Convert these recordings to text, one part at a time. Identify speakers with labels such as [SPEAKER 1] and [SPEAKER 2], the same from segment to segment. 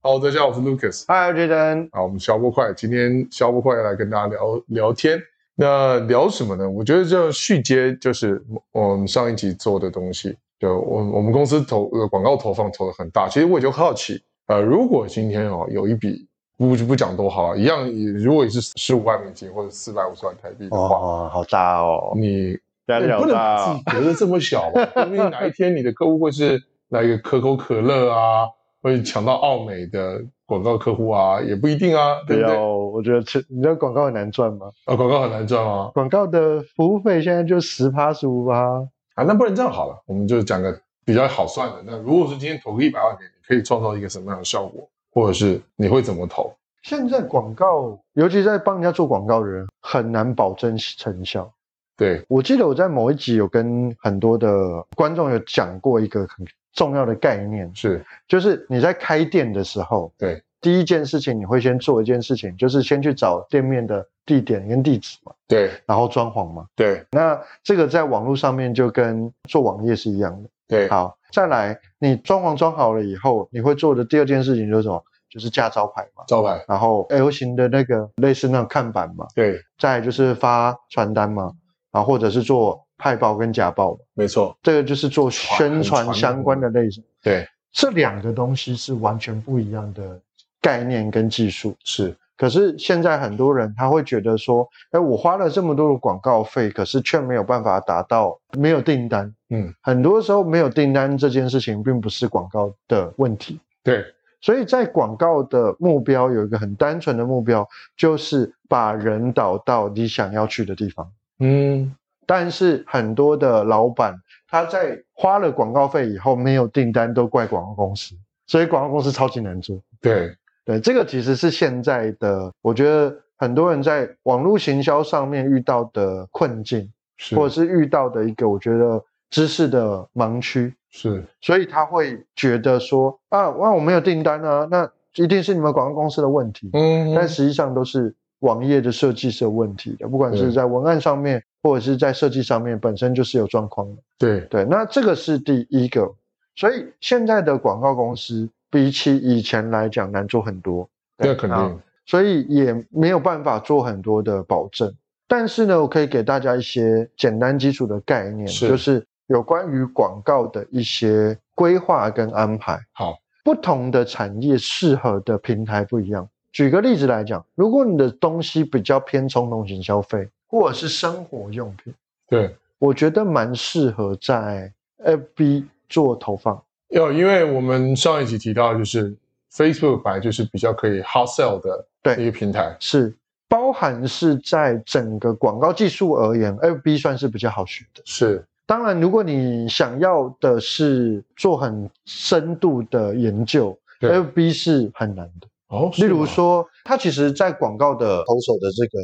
[SPEAKER 1] 好，大家好，我是 Lucas。
[SPEAKER 2] 嗨，杰森，
[SPEAKER 1] 啊，我们消波快，今天消波快来跟大家聊聊天。那聊什么呢？我觉得这续接就是我们上一集做的东西。就我我们公司投呃广告投放投的很大，其实我也就好奇，呃，如果今天哦有一笔不不讲多好啊，一样也如果也是十五万美金或者四百五十万台币的话，
[SPEAKER 2] 哦，好大哦，
[SPEAKER 1] 你
[SPEAKER 2] 压力
[SPEAKER 1] 你
[SPEAKER 2] 好
[SPEAKER 1] 不能把
[SPEAKER 2] 大
[SPEAKER 1] 自
[SPEAKER 2] 哦
[SPEAKER 1] 己，隔得这么小吧？说不定哪一天你的客户会是来一个可口可乐啊，会抢到奥美的广告客户啊，也不一定啊，
[SPEAKER 2] 不
[SPEAKER 1] 对不对？
[SPEAKER 2] 要，我觉得这你知道广告很难赚吗？
[SPEAKER 1] 啊，广告很难赚啊。
[SPEAKER 2] 广告的服务费现在就十趴十五趴，
[SPEAKER 1] 啊，那不然这样好了，我们就讲个比较好算的。那如果是今天投个一百万给你，可以创造一个什么样的效果，或者是你会怎么投？
[SPEAKER 2] 现在广告，尤其在帮人家做广告的人，很难保证成效。
[SPEAKER 1] 对，
[SPEAKER 2] 我记得我在某一集有跟很多的观众有讲过一个很重要的概念，
[SPEAKER 1] 是
[SPEAKER 2] 就是你在开店的时候，
[SPEAKER 1] 对，
[SPEAKER 2] 第一件事情你会先做一件事情，就是先去找店面的地点跟地址嘛，
[SPEAKER 1] 对
[SPEAKER 2] 然后装潢嘛。
[SPEAKER 1] 对
[SPEAKER 2] 那这个在网络上面就跟做网页是一样的。
[SPEAKER 1] 对，
[SPEAKER 2] 好，再来，你装潢装好了以后，你会做的第二件事情就是什么？就是架招牌嘛，
[SPEAKER 1] 招牌，
[SPEAKER 2] 然后 L 型的那个类似那种看板嘛，
[SPEAKER 1] 对，
[SPEAKER 2] 再来就是发传单嘛，然后或者是做派报跟假报嘛，
[SPEAKER 1] 没错，
[SPEAKER 2] 这个就是做宣
[SPEAKER 1] 传
[SPEAKER 2] 传相关的类型。
[SPEAKER 1] 对，
[SPEAKER 2] 这两个东西是完全不一样的概念跟技术。
[SPEAKER 1] 是
[SPEAKER 2] 可是现在很多人他会觉得说，哎，我花了这么多的广告费，可是却没有办法达到没有订单。
[SPEAKER 1] 嗯，
[SPEAKER 2] 很多时候没有订单这件事情并不是广告的问题，
[SPEAKER 1] 对
[SPEAKER 2] 所以在广告的目标有一个很单纯的目标，就是把人导到你想要去的地方。
[SPEAKER 1] 嗯，
[SPEAKER 2] 但是很多的老板他在花了广告费以后没有订单，都怪广告公司，所以广告公司超级难做。
[SPEAKER 1] 对
[SPEAKER 2] 对，这个其实是现在的，我觉得很多人在网络行销上面遇到的困境，
[SPEAKER 1] 是
[SPEAKER 2] 或者是遇到的一个我觉得知识的盲区，
[SPEAKER 1] 是
[SPEAKER 2] 所以他会觉得说啊，哇，我没有订单啊，那一定是你们广告公司的问题。
[SPEAKER 1] 嗯，
[SPEAKER 2] 但实际上都是网页的设计是有问题的，不管
[SPEAKER 1] 对
[SPEAKER 2] 是在文案上面，或者是在设计上面，本身就是有状况的。
[SPEAKER 1] 对
[SPEAKER 2] 对，那这个是第一个。所以现在的广告公司比起以前来讲难做很多，
[SPEAKER 1] 那肯
[SPEAKER 2] 啊
[SPEAKER 1] 定
[SPEAKER 2] 所以也没有办法做很多的保证。但是呢，我可以给大家一些简单基础的概念，
[SPEAKER 1] 是
[SPEAKER 2] 就是有关于广告的一些规划跟安排。
[SPEAKER 1] 好，
[SPEAKER 2] 不同的产业适合的平台不一样。举个例子来讲，如果你的东西比较偏冲动型消费，或者是生活用品，
[SPEAKER 1] 对。
[SPEAKER 2] 我觉得蛮适合在 FB 做投放。
[SPEAKER 1] 要因为我们上一集提到，就是 Facebook 本来就是比较可以 hot sell 的
[SPEAKER 2] 对
[SPEAKER 1] 一个平台，
[SPEAKER 2] 是包含是在整个广告技术而言，FB 算是比较好学的。
[SPEAKER 1] 是
[SPEAKER 2] 当然，如果你想要的是做很深度的研究
[SPEAKER 1] 对
[SPEAKER 2] ，FB 是很难的。
[SPEAKER 1] 哦，是
[SPEAKER 2] 例如
[SPEAKER 1] 吗
[SPEAKER 2] 说，它其实在广告的投手的这个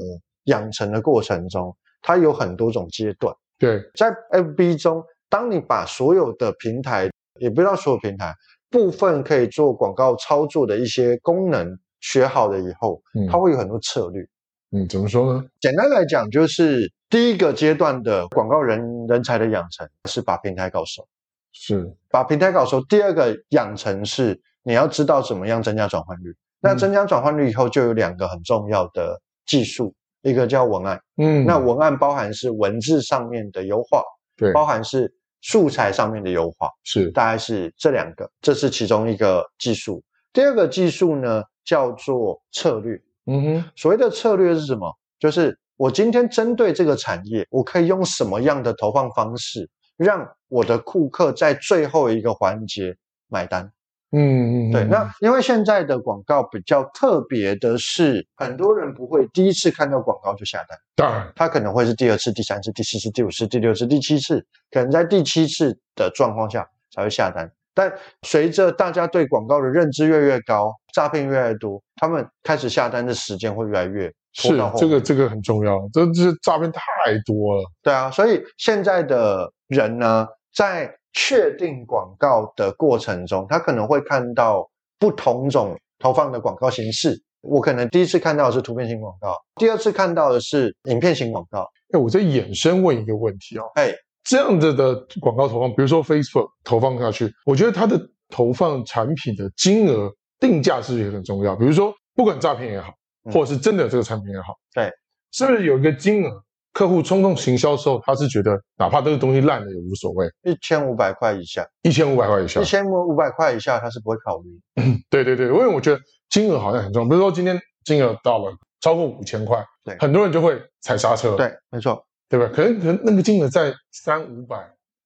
[SPEAKER 2] 养成的过程中，它有很多种阶段。
[SPEAKER 1] 对
[SPEAKER 2] 在 FB 中，当你把所有的平台，也不要所有平台，部分可以做广告操作的一些功能学好了以后，
[SPEAKER 1] 嗯
[SPEAKER 2] 它会有很多策略。
[SPEAKER 1] 嗯，怎么说呢？
[SPEAKER 2] 简单来讲，就是第一个阶段的广告人人才的养成是把平台搞熟，
[SPEAKER 1] 是
[SPEAKER 2] 把平台搞熟。第二个养成是你要知道怎么样增加转换率。那
[SPEAKER 1] 嗯
[SPEAKER 2] 增加转换率以后，就有两个很重要的技术，一个叫文案。
[SPEAKER 1] 嗯，
[SPEAKER 2] 那文案包含是文字上面的优化，
[SPEAKER 1] 对
[SPEAKER 2] 包含是素材上面的优化，
[SPEAKER 1] 是
[SPEAKER 2] 大概是这两个，这是其中一个技术。第二个技术呢，叫做策略。
[SPEAKER 1] 嗯哼
[SPEAKER 2] 所谓的策略是什么？就是我今天针对这个产业，我可以用什么样的投放方式，让我的顾客在最后一个环节买单。
[SPEAKER 1] 嗯嗯
[SPEAKER 2] 对，
[SPEAKER 1] 嗯
[SPEAKER 2] 那因为现在的广告比较特别的是，很多人不会第一次看到广告就下单。
[SPEAKER 1] 当然
[SPEAKER 2] 它可能会是第二次、第三次、第四次、第五次、第六次、第七次，可能在第七次的状况下才会下单。但随着大家对广告的认知越来越高，诈骗越来越多，他们开始下单的时间会越来越
[SPEAKER 1] 是
[SPEAKER 2] 拖到后面。
[SPEAKER 1] 这个这个很重要，这这诈骗太多了。
[SPEAKER 2] 对啊，所以现在的人呢，在确定广告的过程中，他可能会看到不同种投放的广告形式。我可能第一次看到的是图片型广告，第二次看到的是影片型广告，
[SPEAKER 1] 哎，我再衍生问一个问题哦，
[SPEAKER 2] 哎，
[SPEAKER 1] 这样子的广告投放，比如说 Facebook 投放下去，我觉得它的投放产品的金额定价是也很重要。比如说，不管诈骗也好，
[SPEAKER 2] 嗯
[SPEAKER 1] 或者是真的这个产品也好，
[SPEAKER 2] 对，
[SPEAKER 1] 是不是有一个金额？客户冲动行销的时候，他是觉得哪怕这个东西烂了也无所谓，
[SPEAKER 2] 一千五百块以下，
[SPEAKER 1] 一千五百块以下
[SPEAKER 2] 一，千五百块以下他是不会考虑的。
[SPEAKER 1] 对对对，因为我觉得金额好像很重要。比如说今天金额到了超过五千块，
[SPEAKER 2] 对
[SPEAKER 1] 很多人就会踩刹车，
[SPEAKER 2] 对，没错，
[SPEAKER 1] 对吧？可能可能那个金额在三五百、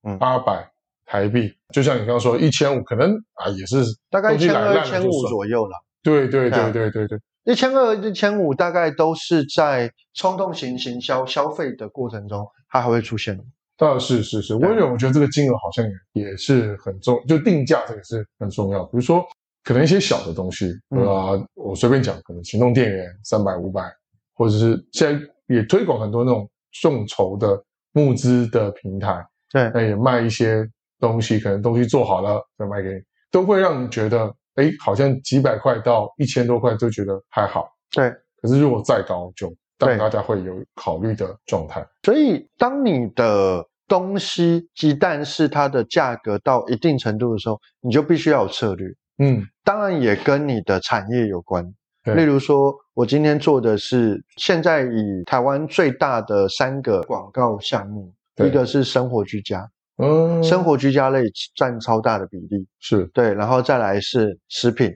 [SPEAKER 2] 嗯
[SPEAKER 1] 八百台币，就像你刚刚说一千五，可能啊也是
[SPEAKER 2] 大概一
[SPEAKER 1] 东西
[SPEAKER 2] 千
[SPEAKER 1] 来
[SPEAKER 2] 二、一
[SPEAKER 1] 烂了
[SPEAKER 2] 千
[SPEAKER 1] 就
[SPEAKER 2] 五
[SPEAKER 1] 算。
[SPEAKER 2] 左右啦。
[SPEAKER 1] 对对
[SPEAKER 2] 对
[SPEAKER 1] 对
[SPEAKER 2] 啊
[SPEAKER 1] 对对对，
[SPEAKER 2] 一千二、一千五大概都是在冲动型行销消费的过程中，它还会出现。
[SPEAKER 1] 当然是是是，我
[SPEAKER 2] 对
[SPEAKER 1] 也我觉得这个金额好像也也是很重，就定价这个是很重要。比如说可能一些小的东西，
[SPEAKER 2] 嗯
[SPEAKER 1] 啊、我随便讲，可能行动电源三百五百，或者是现在也推广很多那种众筹的募资的平台，
[SPEAKER 2] 对
[SPEAKER 1] 那也卖一些东西，可能东西做好了再卖给你，都会让你觉得，哎，好像几百块到一千多块都觉得还好。
[SPEAKER 2] 对，
[SPEAKER 1] 可是如果再高，就让
[SPEAKER 2] 对
[SPEAKER 1] 大家会有考虑的状态。
[SPEAKER 2] 所以当你的东西鸡蛋是它的价格到一定程度的时候，你就必须要有策略。
[SPEAKER 1] 嗯，
[SPEAKER 2] 当然也跟你的产业有关。
[SPEAKER 1] 对
[SPEAKER 2] 例如说，我今天做的是现在以台湾最大的三个广告项目，
[SPEAKER 1] 对
[SPEAKER 2] 一个是生活居家，
[SPEAKER 1] 嗯，
[SPEAKER 2] 生活居家类占超大的比例，
[SPEAKER 1] 是
[SPEAKER 2] 对，然后再来是食品，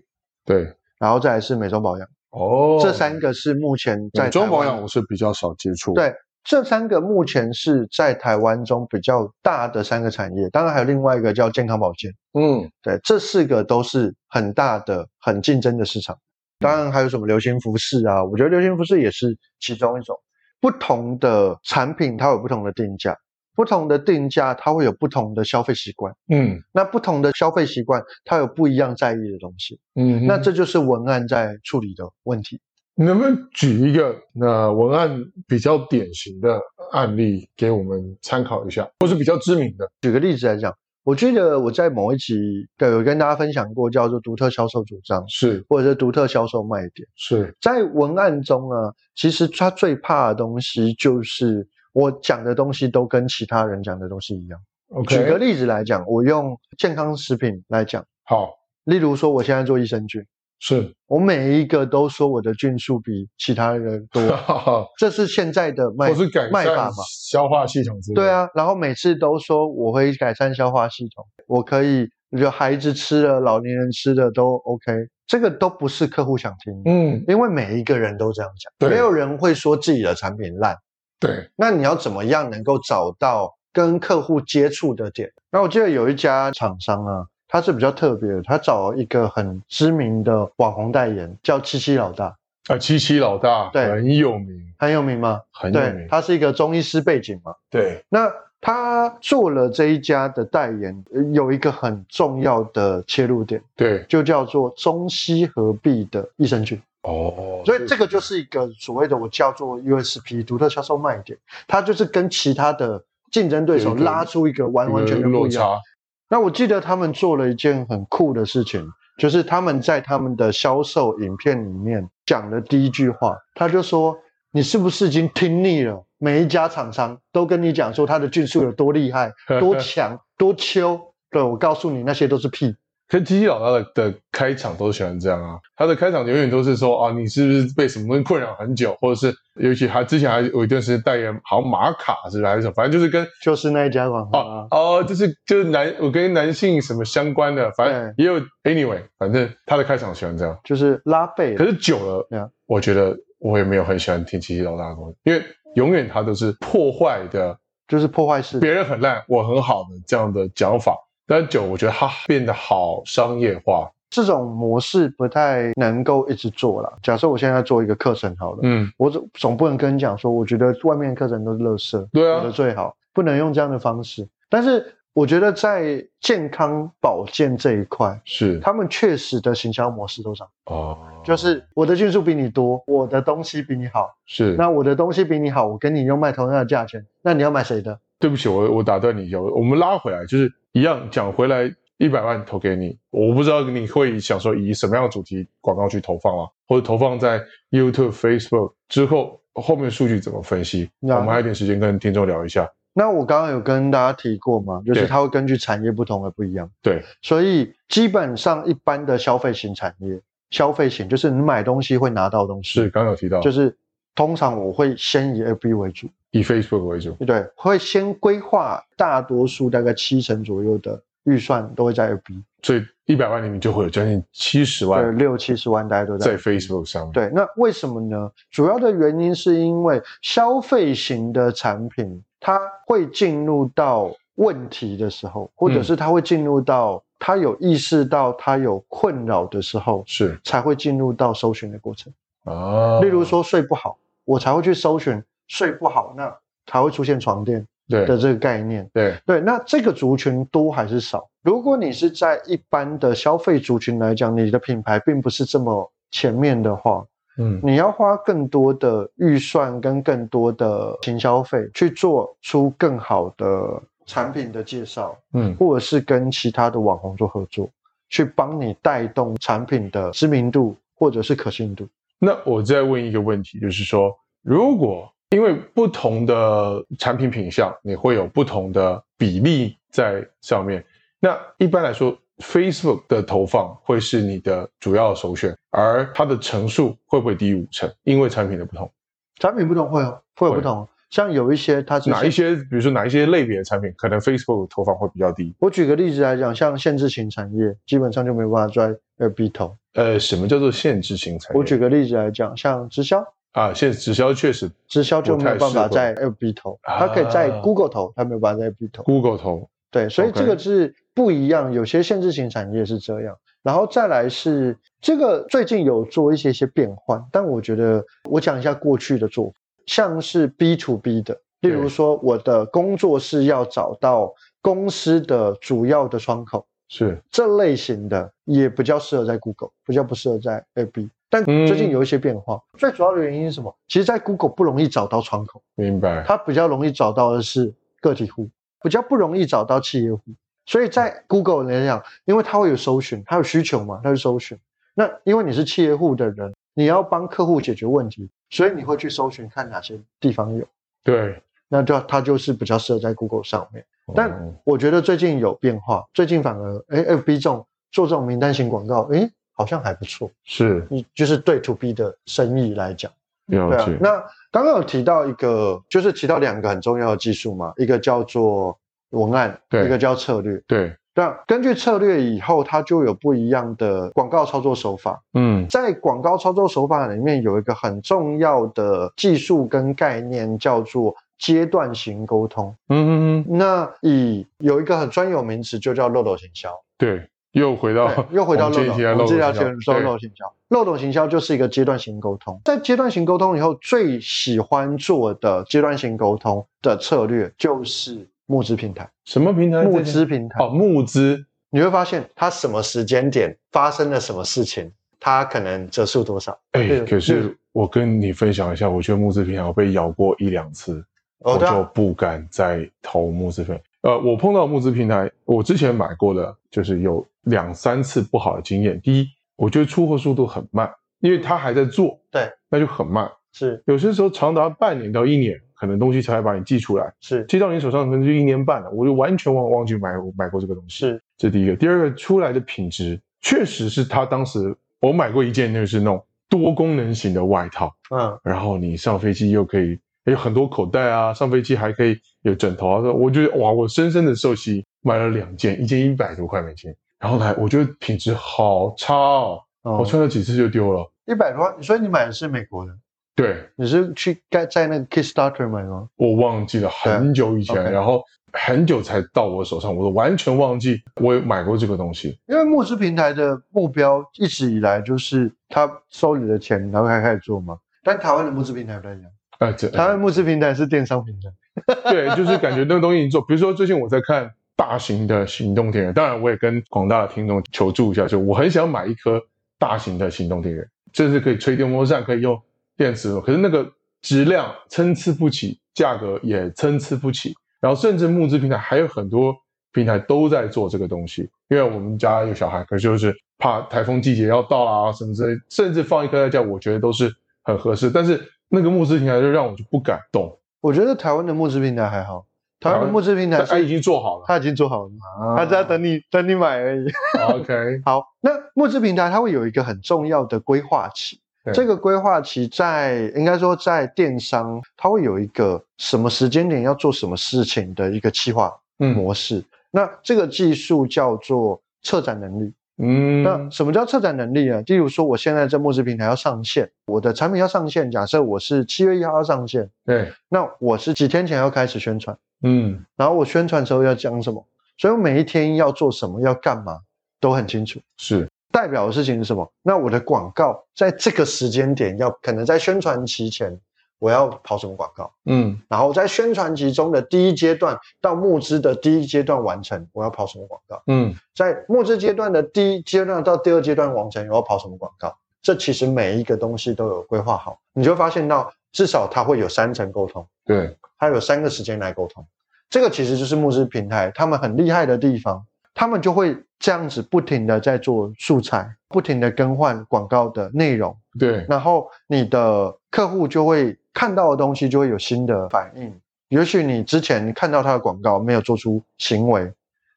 [SPEAKER 1] 对
[SPEAKER 2] 然后再来是美妆保养，
[SPEAKER 1] 哦，
[SPEAKER 2] 这三个是目前在
[SPEAKER 1] 美妆
[SPEAKER 2] 台
[SPEAKER 1] 保
[SPEAKER 2] 湾
[SPEAKER 1] 养我是比较少接触。
[SPEAKER 2] 对这三个目前是在台湾中比较大的三个产业，当然还有另外一个叫健康保健。
[SPEAKER 1] 嗯，
[SPEAKER 2] 对，这四个都是很大的、很竞争的市场。当然还有什么流行服饰啊，我觉得流行服饰也是其中一种。不同的产品它有不同的定价，不同的定价它会有不同的消费习惯，
[SPEAKER 1] 嗯
[SPEAKER 2] 那不同的消费习惯它有不一样在意的东西，
[SPEAKER 1] 嗯，
[SPEAKER 2] 那这就是文案在处理的问题。
[SPEAKER 1] 你能不能举一个那文案比较典型的案例给我们参考一下，或是比较知名的？
[SPEAKER 2] 举个例子来讲，我记得我在某一集对有跟大家分享过，叫做独特销售主张，
[SPEAKER 1] 是
[SPEAKER 2] 或者是独特销售卖点。
[SPEAKER 1] 是，
[SPEAKER 2] 在文案中呢，其实他最怕的东西就是我讲的东西都跟其他人讲的东西一样。
[SPEAKER 1] OK，
[SPEAKER 2] 举个例子来讲，我用健康食品来讲，
[SPEAKER 1] 好
[SPEAKER 2] 例如说我现在做益生 菌，
[SPEAKER 1] 是，
[SPEAKER 2] 我每一个都说我的菌数比其他人 多，
[SPEAKER 1] 或
[SPEAKER 2] 这是现在的卖
[SPEAKER 1] 是改
[SPEAKER 2] 卖法
[SPEAKER 1] 善
[SPEAKER 2] 嘛？
[SPEAKER 1] 消化系统之类的。
[SPEAKER 2] 对，啊，然后每次都说我会改善消化系统，我可以，就孩子吃了，老年人吃的都 OK，这个都不是客户想听的。
[SPEAKER 1] 嗯，
[SPEAKER 2] 因为每一个人都这样
[SPEAKER 1] 对
[SPEAKER 2] 讲，没有人会说自己的产品烂。
[SPEAKER 1] 对，
[SPEAKER 2] 那你要怎么样能够找到跟客户接触的点？那我记得有一家厂商啊，他是比较特别的，他找一个很知名的网红代言，叫七七老大，
[SPEAKER 1] 啊，七七老大
[SPEAKER 2] 对
[SPEAKER 1] 很有名，
[SPEAKER 2] 很有名吗？
[SPEAKER 1] 很有
[SPEAKER 2] 对
[SPEAKER 1] 名，，
[SPEAKER 2] 他是一个中医师背景嘛。
[SPEAKER 1] 对，
[SPEAKER 2] 那他做了这一家的代言，呃有一个很重要的切入点，
[SPEAKER 1] 对，
[SPEAKER 2] 就叫做中西合璧的益生菌。
[SPEAKER 1] 哦，
[SPEAKER 2] 所以这个就是一个所谓的我叫做 USP 独特销售卖点，它就是跟其他的竞争对手
[SPEAKER 1] 有一个
[SPEAKER 2] 拉出一个
[SPEAKER 1] 这
[SPEAKER 2] 完
[SPEAKER 1] 个
[SPEAKER 2] 完全全不
[SPEAKER 1] 落
[SPEAKER 2] 一样。
[SPEAKER 1] 差，
[SPEAKER 2] 那我记得他们做了一件很酷的事情，就是他们在他们的销售影片里面讲的第一句话，他就说：“你是不是已经听腻了？每一家厂商都跟你讲说它的菌数有多厉害、多 强、多秋。”对，我告诉你，那些都是屁。
[SPEAKER 1] 可是七七老大的的开场都喜欢这样啊，他的开场永远都是说啊，你是不是被什么东西困扰很久，或者是尤其还之前还有一段时间代言好像玛卡是不是还是什么，反正就是跟
[SPEAKER 2] 就是那一家广告啊，
[SPEAKER 1] 哦，就是就是男我跟男性什么相关的，反正也有 anyway，反正他的开场喜欢这样。
[SPEAKER 2] 就是拉贝
[SPEAKER 1] 可是久了，
[SPEAKER 2] 对啊
[SPEAKER 1] 我觉得我也没有很喜欢听七七老大的东西，因为永远他都是破坏的，
[SPEAKER 2] 就是破坏式。
[SPEAKER 1] 别人很烂，我很好的这样的讲法。但久，我觉得他变得好商业化。
[SPEAKER 2] 这种模式不太能够一直做了。假设我现在做一个课程好了，
[SPEAKER 1] 嗯，
[SPEAKER 2] 我总总不能跟你讲说，我觉得外面的课程都是垃圾，
[SPEAKER 1] 对
[SPEAKER 2] 我的
[SPEAKER 1] 啊，
[SPEAKER 2] 最好，不能用这样的方式。但是我觉得在健康保健这一块，
[SPEAKER 1] 是
[SPEAKER 2] 他们确实的行销模式都长，
[SPEAKER 1] 哦，
[SPEAKER 2] 就是我的技术比你多，我的东西比你好，
[SPEAKER 1] 是。
[SPEAKER 2] 那我的东西比你好，我跟你又卖同样的价钱，那你要买谁的？
[SPEAKER 1] 对不起，我我打断你一下，我我们拉回来，就是一样讲回来，一百万投给你，我不知道你会想说以什么样的主题广告去投放啊，或者投放在 YouTube、Facebook 之后，后面数据怎么分析？我
[SPEAKER 2] 那
[SPEAKER 1] 们还有点时间跟听众聊一下。
[SPEAKER 2] 那我刚刚有跟大家提过嘛，就是
[SPEAKER 1] 对
[SPEAKER 2] 它会根据产业不同而不一样。
[SPEAKER 1] 对，
[SPEAKER 2] 所以基本上一般的消费型产业，消费型，就是你买东西会拿到东西，
[SPEAKER 1] 是刚刚有提到，
[SPEAKER 2] 就是是通常我会先以 FB 为主，
[SPEAKER 1] 以 Facebook 为主，
[SPEAKER 2] 对，会先规划大多数大概七成左右的预算都会在 FB，
[SPEAKER 1] 所以一百万里面就会有将近七十
[SPEAKER 2] 对，
[SPEAKER 1] 万
[SPEAKER 2] 六七十万大概都在
[SPEAKER 1] 在
[SPEAKER 2] FB
[SPEAKER 1] Facebook 上面。
[SPEAKER 2] 对，那为什么呢？主要的原因是因为消费型的产品，它会进入到问题的时候，或者
[SPEAKER 1] 嗯
[SPEAKER 2] 是它会进入到它有意识到它有困扰的时候，
[SPEAKER 1] 是
[SPEAKER 2] 才会进入到搜寻的过程。
[SPEAKER 1] 啊，
[SPEAKER 2] 例如说睡不好，我才会去搜寻睡不好，那才会出现床垫
[SPEAKER 1] 对
[SPEAKER 2] 的这个概念。
[SPEAKER 1] 对
[SPEAKER 2] 对，那这个族群多还是少？如果你是在一般的消费族群来讲，你的品牌并不是这么前面的话，
[SPEAKER 1] 嗯
[SPEAKER 2] 你要花更多的预算跟更多的行销费去做出更好的产品的介绍，
[SPEAKER 1] 嗯
[SPEAKER 2] 或者是跟其他的网红做合作，去帮你带动产品的知名度或者是可信度。
[SPEAKER 1] 那我再问一个问题，就是说，如果因为不同的产品品项，你会有不同的比例在上面。那一般来说，Facebook 的投放会是你的主要首选，而它的成数会不会低于五成？因为产品的不同，
[SPEAKER 2] 产品不同会有会有
[SPEAKER 1] 会
[SPEAKER 2] 不同，像有一些它是
[SPEAKER 1] 哪一？些，比如说哪一些类别的产品，可能 Facebook 投放会比较低。
[SPEAKER 2] 我举个例子来讲，像限制型产业基本上就没有办法在 L B 投。
[SPEAKER 1] 呃，什么叫做限制型产业？
[SPEAKER 2] 我举个例子来讲，像直销，
[SPEAKER 1] 啊，现在直销确实
[SPEAKER 2] 直销就
[SPEAKER 1] 不
[SPEAKER 2] 没
[SPEAKER 1] 太
[SPEAKER 2] 有办
[SPEAKER 1] 适
[SPEAKER 2] 法
[SPEAKER 1] 合
[SPEAKER 2] 在 L B 投，它可以在
[SPEAKER 1] 啊
[SPEAKER 2] Google 投，它没有办法在 L B 投。
[SPEAKER 1] Google 投，
[SPEAKER 2] 对，所以
[SPEAKER 1] OK
[SPEAKER 2] 这个是不一样。有些限制型产业是这样，然后再来是这个最近有做一些些变换，但我觉得我讲一下过去的做法，像是 B to B 的，例如
[SPEAKER 1] 对
[SPEAKER 2] 说我的工作是要找到公司的主要的窗口，
[SPEAKER 1] 是
[SPEAKER 2] 这类型的也比较适合在 Google，比较不适合在 FB。但
[SPEAKER 1] 嗯
[SPEAKER 2] 最近有一些变化，最主要的原因是什么？其实，在 Google 不容易找到窗口。
[SPEAKER 1] 明白。
[SPEAKER 2] 它比较容易找到的是个体户，比较不容易找到企业户。所以在 Google 来讲，因为它会有搜寻，它有需求嘛，它是搜寻。那因为你是企业户的人，你要帮客户解决问题，所以你会去搜寻看哪些地方有。
[SPEAKER 1] 对，
[SPEAKER 2] 那就它就是比较适合在 Google 上面。但
[SPEAKER 1] 嗯
[SPEAKER 2] 我觉得最近有变化，最近反而哎，FB 这种做这种名单型广告，哎，好像还不错。
[SPEAKER 1] 是
[SPEAKER 2] 你就是对 To B 的生意来讲。
[SPEAKER 1] 了
[SPEAKER 2] 对啊
[SPEAKER 1] 解。，
[SPEAKER 2] 那刚刚有提到一个，就是提到两个很重要的技术嘛，一个叫做文案，
[SPEAKER 1] 对
[SPEAKER 2] 一个叫策略。
[SPEAKER 1] 对，
[SPEAKER 2] 那根据策略以后，它就有不一样的广告操作手法。
[SPEAKER 1] 嗯，
[SPEAKER 2] 在广告操作手法里面，有一个很重要的技术跟概念，叫做阶段型沟通。
[SPEAKER 1] 嗯嗯嗯，
[SPEAKER 2] 那以有一个很专有名词，就叫漏斗行销。
[SPEAKER 1] 对，又回
[SPEAKER 2] 对
[SPEAKER 1] 到
[SPEAKER 2] 又回到
[SPEAKER 1] 哦我
[SPEAKER 2] 漏
[SPEAKER 1] 们这
[SPEAKER 2] 斗，
[SPEAKER 1] 一题的
[SPEAKER 2] 我们这条
[SPEAKER 1] 漏
[SPEAKER 2] 节
[SPEAKER 1] 斗
[SPEAKER 2] 目
[SPEAKER 1] 行
[SPEAKER 2] 说漏
[SPEAKER 1] 销
[SPEAKER 2] 斗行销，漏斗行销就是一个阶段型沟通。在阶段型沟通以后，最喜欢做的阶段型沟通的策略就是募资平台。
[SPEAKER 1] 什么平台？
[SPEAKER 2] 募资平台
[SPEAKER 1] 哦，募资
[SPEAKER 2] 你会发现它什么时间点发生了什么事情，它可能折数多少。
[SPEAKER 1] 哎，
[SPEAKER 2] 对
[SPEAKER 1] 可
[SPEAKER 2] 对
[SPEAKER 1] 是我跟你分享一下，我觉得募资平台我被咬过一两次，
[SPEAKER 2] 哦
[SPEAKER 1] 我
[SPEAKER 2] 对啊
[SPEAKER 1] 就不敢再投募资平台。呃，我碰到募资平台，我之前买过的，就是有两三次不好的经验。第一，我觉得出货速度很慢，因为它还在做，
[SPEAKER 2] 对，
[SPEAKER 1] 那就很慢。
[SPEAKER 2] 是
[SPEAKER 1] 有些时候长达半年到一年，可能东西才会把你寄出来，
[SPEAKER 2] 是
[SPEAKER 1] 寄到你手上可能就一年半了，我就完全忘忘记买买过这个东西。
[SPEAKER 2] 是，
[SPEAKER 1] 这第一个。第二个，出来的品质确实是他当时我买过一件，就是那种多功能型的外套，
[SPEAKER 2] 嗯，
[SPEAKER 1] 然后你上飞机又可以有很多口袋啊，上飞机还可以有枕头啊。我觉得哇，我深深的受其买了两件，一件一百多块美金，然后来我觉得品质好差哦，我
[SPEAKER 2] 哦，
[SPEAKER 1] 穿了几次就丢了。
[SPEAKER 2] 一百多万，所以你买的是美国的，
[SPEAKER 1] 对
[SPEAKER 2] 你是去该在那个 Kickstarter 买吗？
[SPEAKER 1] 我忘记了很久以前，
[SPEAKER 2] OK
[SPEAKER 1] 然后很久才到我手上，我都完全忘记我有买过这个东西。
[SPEAKER 2] 因为募资平台的目标一直以来就是他收你的钱，然后开开始做嘛。但台湾的募资平台不太一样，
[SPEAKER 1] 哎、这
[SPEAKER 2] 台湾募资平台是电商平台，
[SPEAKER 1] 对，就是感觉那个东西你做，比如说最近我在看大型的行动电源，当然我也跟广大的听众求助一下，就我很想买一颗大型的行动电源，这是可以吹电风扇，可以用电池的，可是那个质量参差不齐，价格也参差不齐，然后甚至募资平台还有很多平台都在做这个东西，因为我们家有小孩，可是就是怕台风季节要到啦、什么之类，甚至放一颗在家，我觉得都是很合适，但是那个募资平台就让我就不敢动。
[SPEAKER 2] 我觉得台湾的募资平台还好，台湾的募资平台
[SPEAKER 1] 但他已
[SPEAKER 2] 是
[SPEAKER 1] 经做好了，
[SPEAKER 2] 他已经做好了，他只要等你等你买而已。
[SPEAKER 1] 啊 OK，
[SPEAKER 2] 好，那募资平台它会有一个很重要的规划期
[SPEAKER 1] 对，
[SPEAKER 2] 这个规划期在应该说在电商，它会有一个什么时间点要做什么事情的一个企划
[SPEAKER 1] 嗯
[SPEAKER 2] 模式。那这个技术叫做策展能力。那
[SPEAKER 1] 嗯
[SPEAKER 2] 什么叫策展能力呢？例如说，我现在在募资平台要上线，我的产品要上线，假设我是七月一号要上线，
[SPEAKER 1] 对，
[SPEAKER 2] 那我是几天前要开始宣传，
[SPEAKER 1] 嗯
[SPEAKER 2] 然后我宣传时候要讲什么，所以我每一天要做什么，要干嘛都很清楚。
[SPEAKER 1] 是
[SPEAKER 2] 代表的事情是什么？那我的广告在这个时间点要可能在宣传期前，我要跑什么广告？
[SPEAKER 1] 嗯
[SPEAKER 2] 然后在宣传期中的第一阶段到募资的第一阶段完成，我要跑什么广告？
[SPEAKER 1] 嗯
[SPEAKER 2] 在募资阶段的第一阶段到第二阶段完成，我要跑什么广告？这其实每一个东西都有规划好，你就会发现到至少它会有三层沟通，
[SPEAKER 1] 对，
[SPEAKER 2] 它有三个时间来沟通。这个其实就是募资平台他们很厉害的地方，他们就会这样子不停的在做素材，不停的更换广告的内容，
[SPEAKER 1] 对，
[SPEAKER 2] 然后你的客户就会看到的东西就会有新的反应。也许你之前看到他的广告没有做出行为，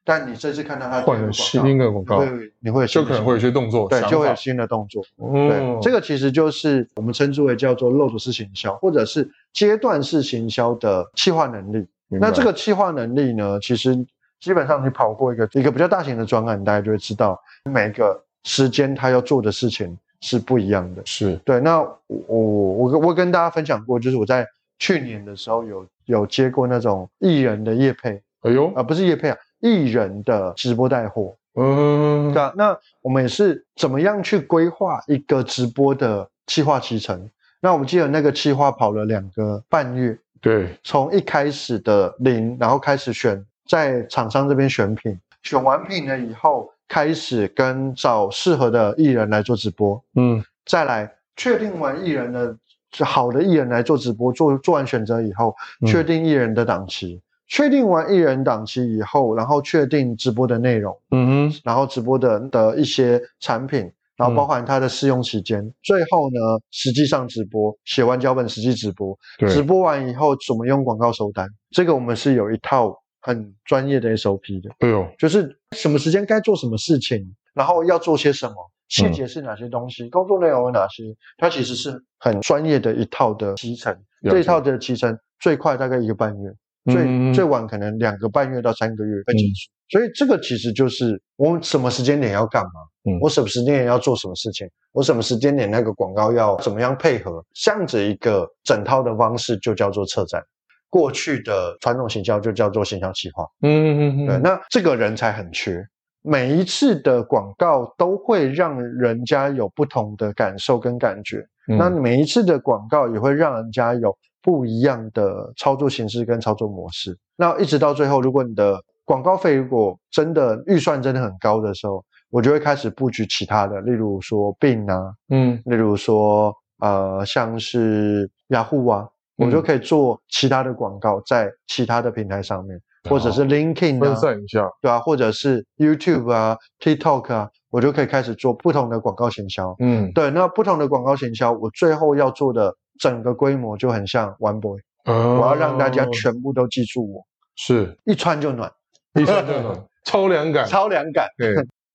[SPEAKER 2] 但你这次看到他
[SPEAKER 1] 换了新的广
[SPEAKER 2] 广
[SPEAKER 1] 告
[SPEAKER 2] 告，，对，你会有新
[SPEAKER 1] 就
[SPEAKER 2] 的
[SPEAKER 1] 可能会有一些动作，
[SPEAKER 2] 对，
[SPEAKER 1] 想
[SPEAKER 2] 就会有
[SPEAKER 1] 法
[SPEAKER 2] 新的动作。对
[SPEAKER 1] 嗯，，
[SPEAKER 2] 这个其实就是我们称之为叫做漏斗式行销，或者是阶段式行销的企划能力。
[SPEAKER 1] 明白
[SPEAKER 2] 那这个企划能力呢，其实基本上你跑过一个一个比较大型的专案，你大家就会知道每个时间他要做的事情是不一样的。
[SPEAKER 1] 是
[SPEAKER 2] 对，那我我我跟我跟大家分享过，就是我在去年的时候有有接过那种艺人的业配
[SPEAKER 1] 哎呦
[SPEAKER 2] 啊、，不是业配啊，艺人的直播带货。
[SPEAKER 1] 嗯
[SPEAKER 2] 对，啊，那我们也是怎么样去规划一个直播的企划期程？那我们记得那个企划跑了两个半月，
[SPEAKER 1] 对，
[SPEAKER 2] 从一开始的零，然后开始选在厂商这边选品，选完品了以后，开始跟找适合的艺人来做直播，
[SPEAKER 1] 嗯
[SPEAKER 2] 再来确定完艺人的好的艺人来做直播，做做完选择以后，
[SPEAKER 1] 嗯
[SPEAKER 2] 确定艺人的档期，确定完艺人档期以后，然后确定直播的内容。
[SPEAKER 1] 嗯哼，
[SPEAKER 2] 然后直播的的一些产品，然后包
[SPEAKER 1] 嗯
[SPEAKER 2] 含它的试用期间，最后呢，实际上直播写完脚本，实际直播，直
[SPEAKER 1] 对，
[SPEAKER 2] 播完以后怎么用广告收单，这个我们是有一套很专业的 SOP 的，
[SPEAKER 1] 哎呦，
[SPEAKER 2] 就是什么时间该做什么事情，然后要做些什么，细
[SPEAKER 1] 嗯
[SPEAKER 2] 节是哪些东西，工作内容有哪些，它其实是很专业的一套的集成，
[SPEAKER 1] 了
[SPEAKER 2] 这一
[SPEAKER 1] 解
[SPEAKER 2] 套的集成最快大概一个半月。最、
[SPEAKER 1] 嗯
[SPEAKER 2] 最晚可能两个半月到三个月会结束。所以这个其实就是我们什么时间点要干嘛，
[SPEAKER 1] 嗯
[SPEAKER 2] 我什么时间点要做什么事情，我什么时间点那个广告要怎么样配合，这样子一个整套的方式就叫做策展。过去的传统行销就叫做行销企划，
[SPEAKER 1] 嗯嗯嗯
[SPEAKER 2] 对，
[SPEAKER 1] 嗯，
[SPEAKER 2] 那这个人才很缺。每一次的广告都会让人家有不同的感受跟感觉，
[SPEAKER 1] 嗯
[SPEAKER 2] 那每一次的广告也会让人家有不一样的操作形式跟操作模式。那一直到最后，如果你的广告费如果真的预算真的很高的时候，我就会开始布局其他的，例如说病啊，
[SPEAKER 1] 嗯
[SPEAKER 2] 例如说呃像是雅虎啊，我就
[SPEAKER 1] 嗯
[SPEAKER 2] 可以做其他的广告在其他的平台上面，或者是
[SPEAKER 1] 好
[SPEAKER 2] LinkedIn
[SPEAKER 1] 分
[SPEAKER 2] 啊，
[SPEAKER 1] 散一下，
[SPEAKER 2] 对啊，或者是 YouTube 啊、TikTok 啊，我就可以开始做不同的广告行销。
[SPEAKER 1] 嗯
[SPEAKER 2] 对，那不同的广告行销，我最后要做的整个规模就很像 One Boy，、
[SPEAKER 1] 我
[SPEAKER 2] 我要让大
[SPEAKER 1] 哦
[SPEAKER 2] 家全部都记住我，
[SPEAKER 1] 是
[SPEAKER 2] 一穿就暖，
[SPEAKER 1] 一穿就 暖，超凉感，
[SPEAKER 2] 超凉感。
[SPEAKER 1] 对。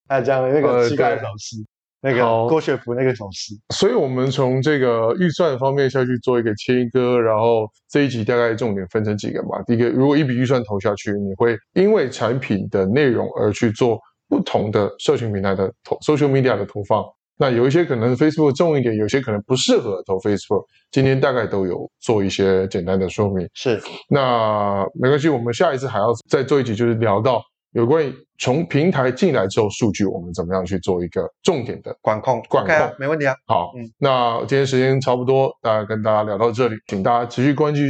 [SPEAKER 2] 还有这样的那
[SPEAKER 1] 呃
[SPEAKER 2] 个乞丐
[SPEAKER 1] 对
[SPEAKER 2] 手诗，那
[SPEAKER 1] 好
[SPEAKER 2] 个郭雪芙那个手诗，
[SPEAKER 1] 所以，我们从这个预算方面下去做一个切割，然后这一集大概重点分成几个吧。第一个，如果一笔预算投下去，你会因为产品的内容而去做不同的社群平台的投 social media 的投放。那有一些可能 Facebook 重一点，有些可能不适合投 Facebook。今天大概都有做一些简单的说明。
[SPEAKER 2] 是
[SPEAKER 1] 那没关系，我们下一次还要再做一集，就是聊到有关于从平台进来之后数据，我们怎么样去做一个重点的
[SPEAKER 2] 管控，
[SPEAKER 1] 管
[SPEAKER 2] OK 啊
[SPEAKER 1] 控，
[SPEAKER 2] 没问题啊。
[SPEAKER 1] 好，
[SPEAKER 2] 嗯
[SPEAKER 1] 那今天时间差不多，那跟大家聊到这里，请大家持续关注，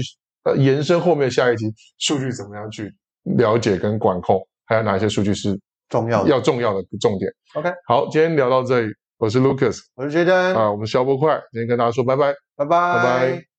[SPEAKER 1] 呃，延伸后面下一集数据怎么样去了解跟管控，还有哪些数据是
[SPEAKER 2] 重要的
[SPEAKER 1] 要重要的重点。
[SPEAKER 2] OK 嗯
[SPEAKER 1] 好，今天聊到这里，我是 Lucas
[SPEAKER 2] 我是觉得，
[SPEAKER 1] 啊、我们消波快，今天跟大家说拜拜。
[SPEAKER 2] 拜拜
[SPEAKER 1] 拜拜